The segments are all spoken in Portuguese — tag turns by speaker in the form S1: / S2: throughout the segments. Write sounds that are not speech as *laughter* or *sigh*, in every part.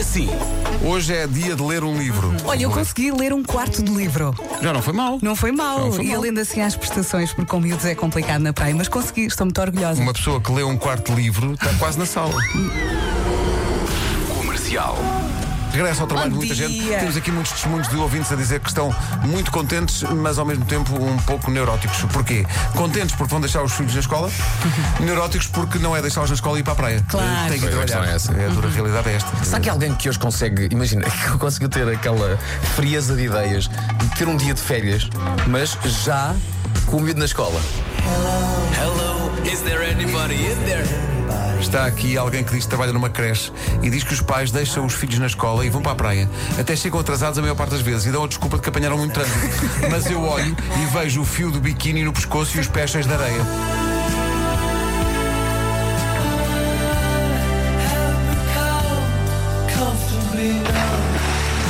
S1: assim. Hoje é dia de ler um livro.
S2: Olha, eu consegui ler um quarto de livro.
S1: Já não foi mal.
S2: Não foi mal.
S1: Não foi
S2: e
S1: mal.
S2: além assim às prestações, porque com miúdos é complicado na praia, mas consegui, estou muito orgulhosa.
S1: Uma pessoa que lê um quarto de livro está quase na sala. Comercial. Regresso ao trabalho
S2: Bom
S1: de muita
S2: dia.
S1: gente. Temos aqui muitos testemunhos de ouvintes a dizer que estão muito contentes, mas ao mesmo tempo um pouco neuróticos. Porquê? Contentes porque vão deixar os filhos na *laughs* escola, neuróticos porque não é deixá-los na escola e ir para a praia.
S2: Claro.
S1: Tem que ir
S3: Pois, a
S1: trabalhar.
S3: questão é essa.
S1: a dura realidade é esta.
S3: Será que há alguém que hoje consegue, imagina, *laughs* que conseguiu ter aquela frieza de ideias de ter um dia de férias, mas já com o medo na escola?
S4: Hello, is there anybody in there?
S1: Está aqui alguém que diz que trabalha numa creche e diz que os pais deixam os filhos na escola e vão para a praia. Até chegam atrasados a maior parte das vezes e dão a desculpa de que apanharam muito *laughs* trânsito. Mas eu olho e vejo o fio do biquíni no pescoço e os pés cheios de areia.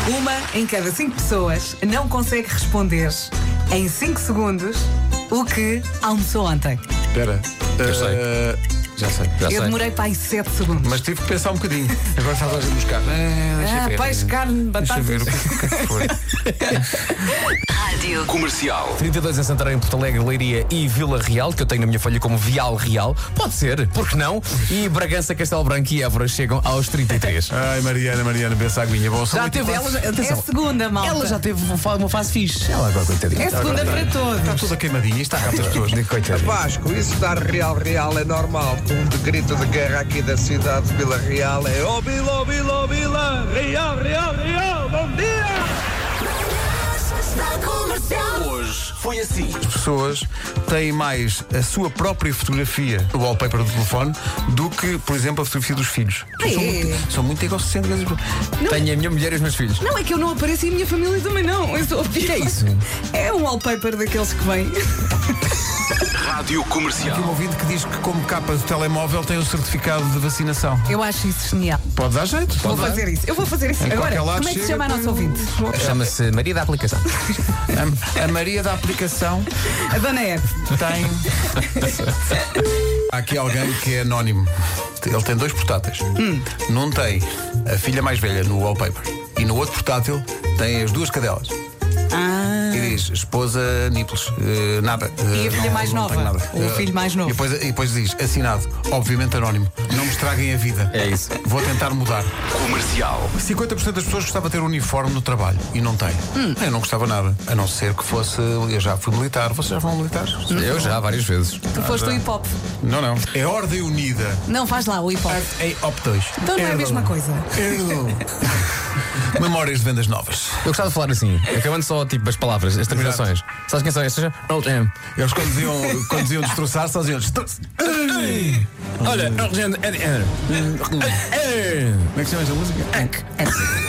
S2: Uma em cada cinco pessoas não consegue responder em cinco segundos o que almoçou
S1: Tá
S2: ontem.
S1: Espera.
S3: Eu sei.
S1: Eh,
S3: Já sei. Já
S2: eu
S3: sei.
S2: demorei para aí sete segundos.
S1: Mas tive que pensar um bocadinho. *laughs* Agora estás a buscar. É, deixa
S2: ah,
S1: ver.
S2: peixe, carne,
S1: Deixa
S2: batatas.
S1: ver o que o que é que foi.
S3: 32 em Santarém, Porto Alegre, Leiria e Vila Real, que eu tenho na minha folha como Vial Real. Pode ser, porque não? E Bragança, Castelo Branco e Évora chegam aos 33.
S1: Ai, Mariana, Mariana, pensa a aguinha. Bom, são
S3: Já
S1: oito
S3: teve
S1: e quatro.
S3: ela,
S2: É
S3: atenção,
S2: segunda, malta.
S3: ela já teve uma fa- uma fase fixe. Ela agora, coitadinha.
S2: É
S3: está agora-
S2: segunda para
S1: Está
S2: todos.
S1: tá tudo
S3: *laughs*
S1: a queimadinha. Está a cá para as pessoas. *laughs*
S3: Coitadinha.
S5: Vasco, isso dar real, real é normal. Com um grito de guerra aqui da cidade de Vila Real é ó Vila, ó Vila, ó Vila, real, real, real, bom dia!
S4: Hoje foi assim.
S1: As pessoas têm mais a sua própria fotografia do wallpaper do telefone do que, por exemplo, a fotografia dos filhos. São
S2: Ah, é?
S1: muito, são muito egocêntricas.
S3: Tenho a minha mulher e os meus filhos.
S2: Não é que eu não apareço e a minha família também não. Eu sou a
S3: que é isso?
S2: É um wallpaper daqueles que vêm.
S4: Rádio
S1: Tem um
S4: Comercial.
S1: ouvinte que diz que, como capa do telemóvel, tem o certificado de vacinação.
S2: Eu acho isso genial.
S1: Pode dar jeito.
S2: Vou
S1: Pode dar.
S2: fazer isso. Eu vou fazer isso
S1: Em qualquer
S2: agora.
S1: lado
S2: Como é que se
S1: chega
S2: chama a nossa
S1: com-
S2: ouvinte?
S3: Chama-se Maria da Aplicação.
S1: A, a Maria da aplicação
S2: A Dona Eve.
S1: tem. Há aqui alguém que é anónimo. Ele tem dois portáteis. Num tem a filha mais velha no wallpaper e no outro portátil tem as duas cadelas.
S2: Ah.
S1: E diz, esposa, nipples, eh, nada.
S2: E
S1: eh,
S2: a filha mais
S1: não tenho
S2: nova?
S1: nada.
S2: O
S1: Eh,
S2: filho mais novo?
S1: E depois, e depois diz, assinado, obviamente anónimo. Não me estraguem a vida.
S3: É isso.
S1: Vou tentar mudar.
S4: Comercial.
S1: 50% das pessoas gostava de ter um uniforme no trabalho e não tem.
S2: Hum.
S1: Eu não gostava nada. A não ser que fosse. Eu já fui militar. Vocês já foram militares?
S3: Eu já, várias vezes.
S2: Tu foste o hip hop.
S1: Não, não. É Ordem Unida.
S2: Não, faz lá o hip hop.
S1: É OP 2.
S2: Então não é a mesma coisa. *laughs*
S1: Memórias de vendas novas.
S3: Eu gostava de falar assim, acabando só tipo as palavras, as terminações. Sabes quem são estas? Earl Jam.
S1: Eles quando diziam, quando diziam destroçar, só diziam. "Destroçar."
S3: Olha, Earl Jam.
S1: Como é que chama esta música?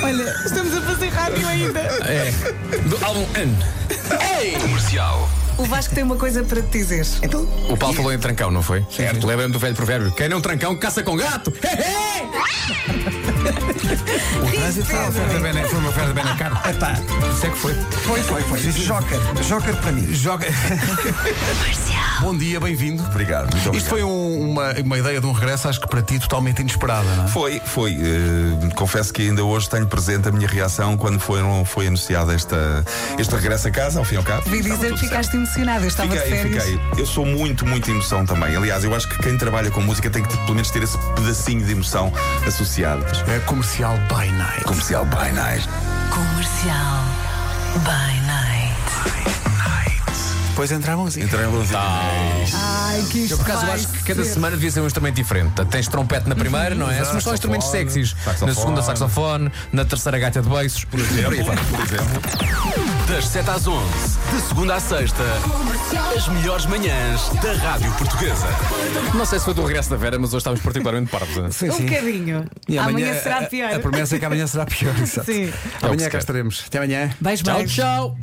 S2: Olha, estamos a fazer rádio ainda.
S3: É. Do álbum N.
S4: Comercial.
S2: O Vasco tem uma coisa para te dizer.
S3: O Paulo falou em trancão, não foi? Certo. Lembra-me do velho provérbio: quem não trancão, caça com gato. *laughs*
S1: O trânsito foi uma oferta bem na- foi uma oferta bem na cara. Epá. Isso é que foi. Foi, foi, foi. Joker. Joker para mim. Joker. Bom dia, bem-vindo.
S6: Obrigado, muito
S1: Isto
S6: obrigado.
S1: foi um- uma, uma ideia de um regresso, acho que para ti, totalmente inesperada, não é?
S6: Foi, foi. eh, confesso que ainda hoje tenho presente a minha reação quando foram, foi anunciado esta, este regresso a casa, ao fim e ao cabo.
S2: Devia
S6: Estava
S2: dizer que
S6: tudo certo.
S2: ficaste emocionada. Eu estava de
S6: Fiquei,
S2: férias.
S6: fiquei. Eu sou muito, muito emoção também. Aliás, eu acho que quem trabalha com música tem que pelo menos ter esse pedacinho de emoção associado.
S1: É comercial by night.
S6: Comercial by night.
S2: Comercial. By night.
S1: Depois entra a música.
S6: Entra em Valentino.
S4: Tá.
S2: Ai, que isto
S3: Eu, por acaso, eu
S2: vai
S3: acho que cada
S2: ser.
S3: semana devia ser um instrumento diferente. Portanto, Tens trompete na primeira, não é? São só instrumentos sexys. Na
S6: saxofone.
S3: segunda, saxofone. Na terceira, gaita de beiços. Por aí vai.
S6: Por exemplo.
S4: Das 7 às 11, de segunda à sexta, as melhores manhãs da Rádio Portuguesa.
S3: Não sei se foi do regresso da Vera, mas hoje estávamos particularmente parvos. né?
S1: Sim,
S2: Um
S1: sim.
S2: bocadinho.
S1: E
S2: amanhã,
S1: a-
S2: será
S1: a-
S2: pior.
S1: A, promessa é que amanhã será pior. exato.
S2: Sim.
S3: É o que
S1: Amanhã
S3: se
S1: cá
S3: quer.
S1: estaremos. Até amanhã.
S2: Beijo,
S3: Tchau,
S2: beijo.
S3: tchau.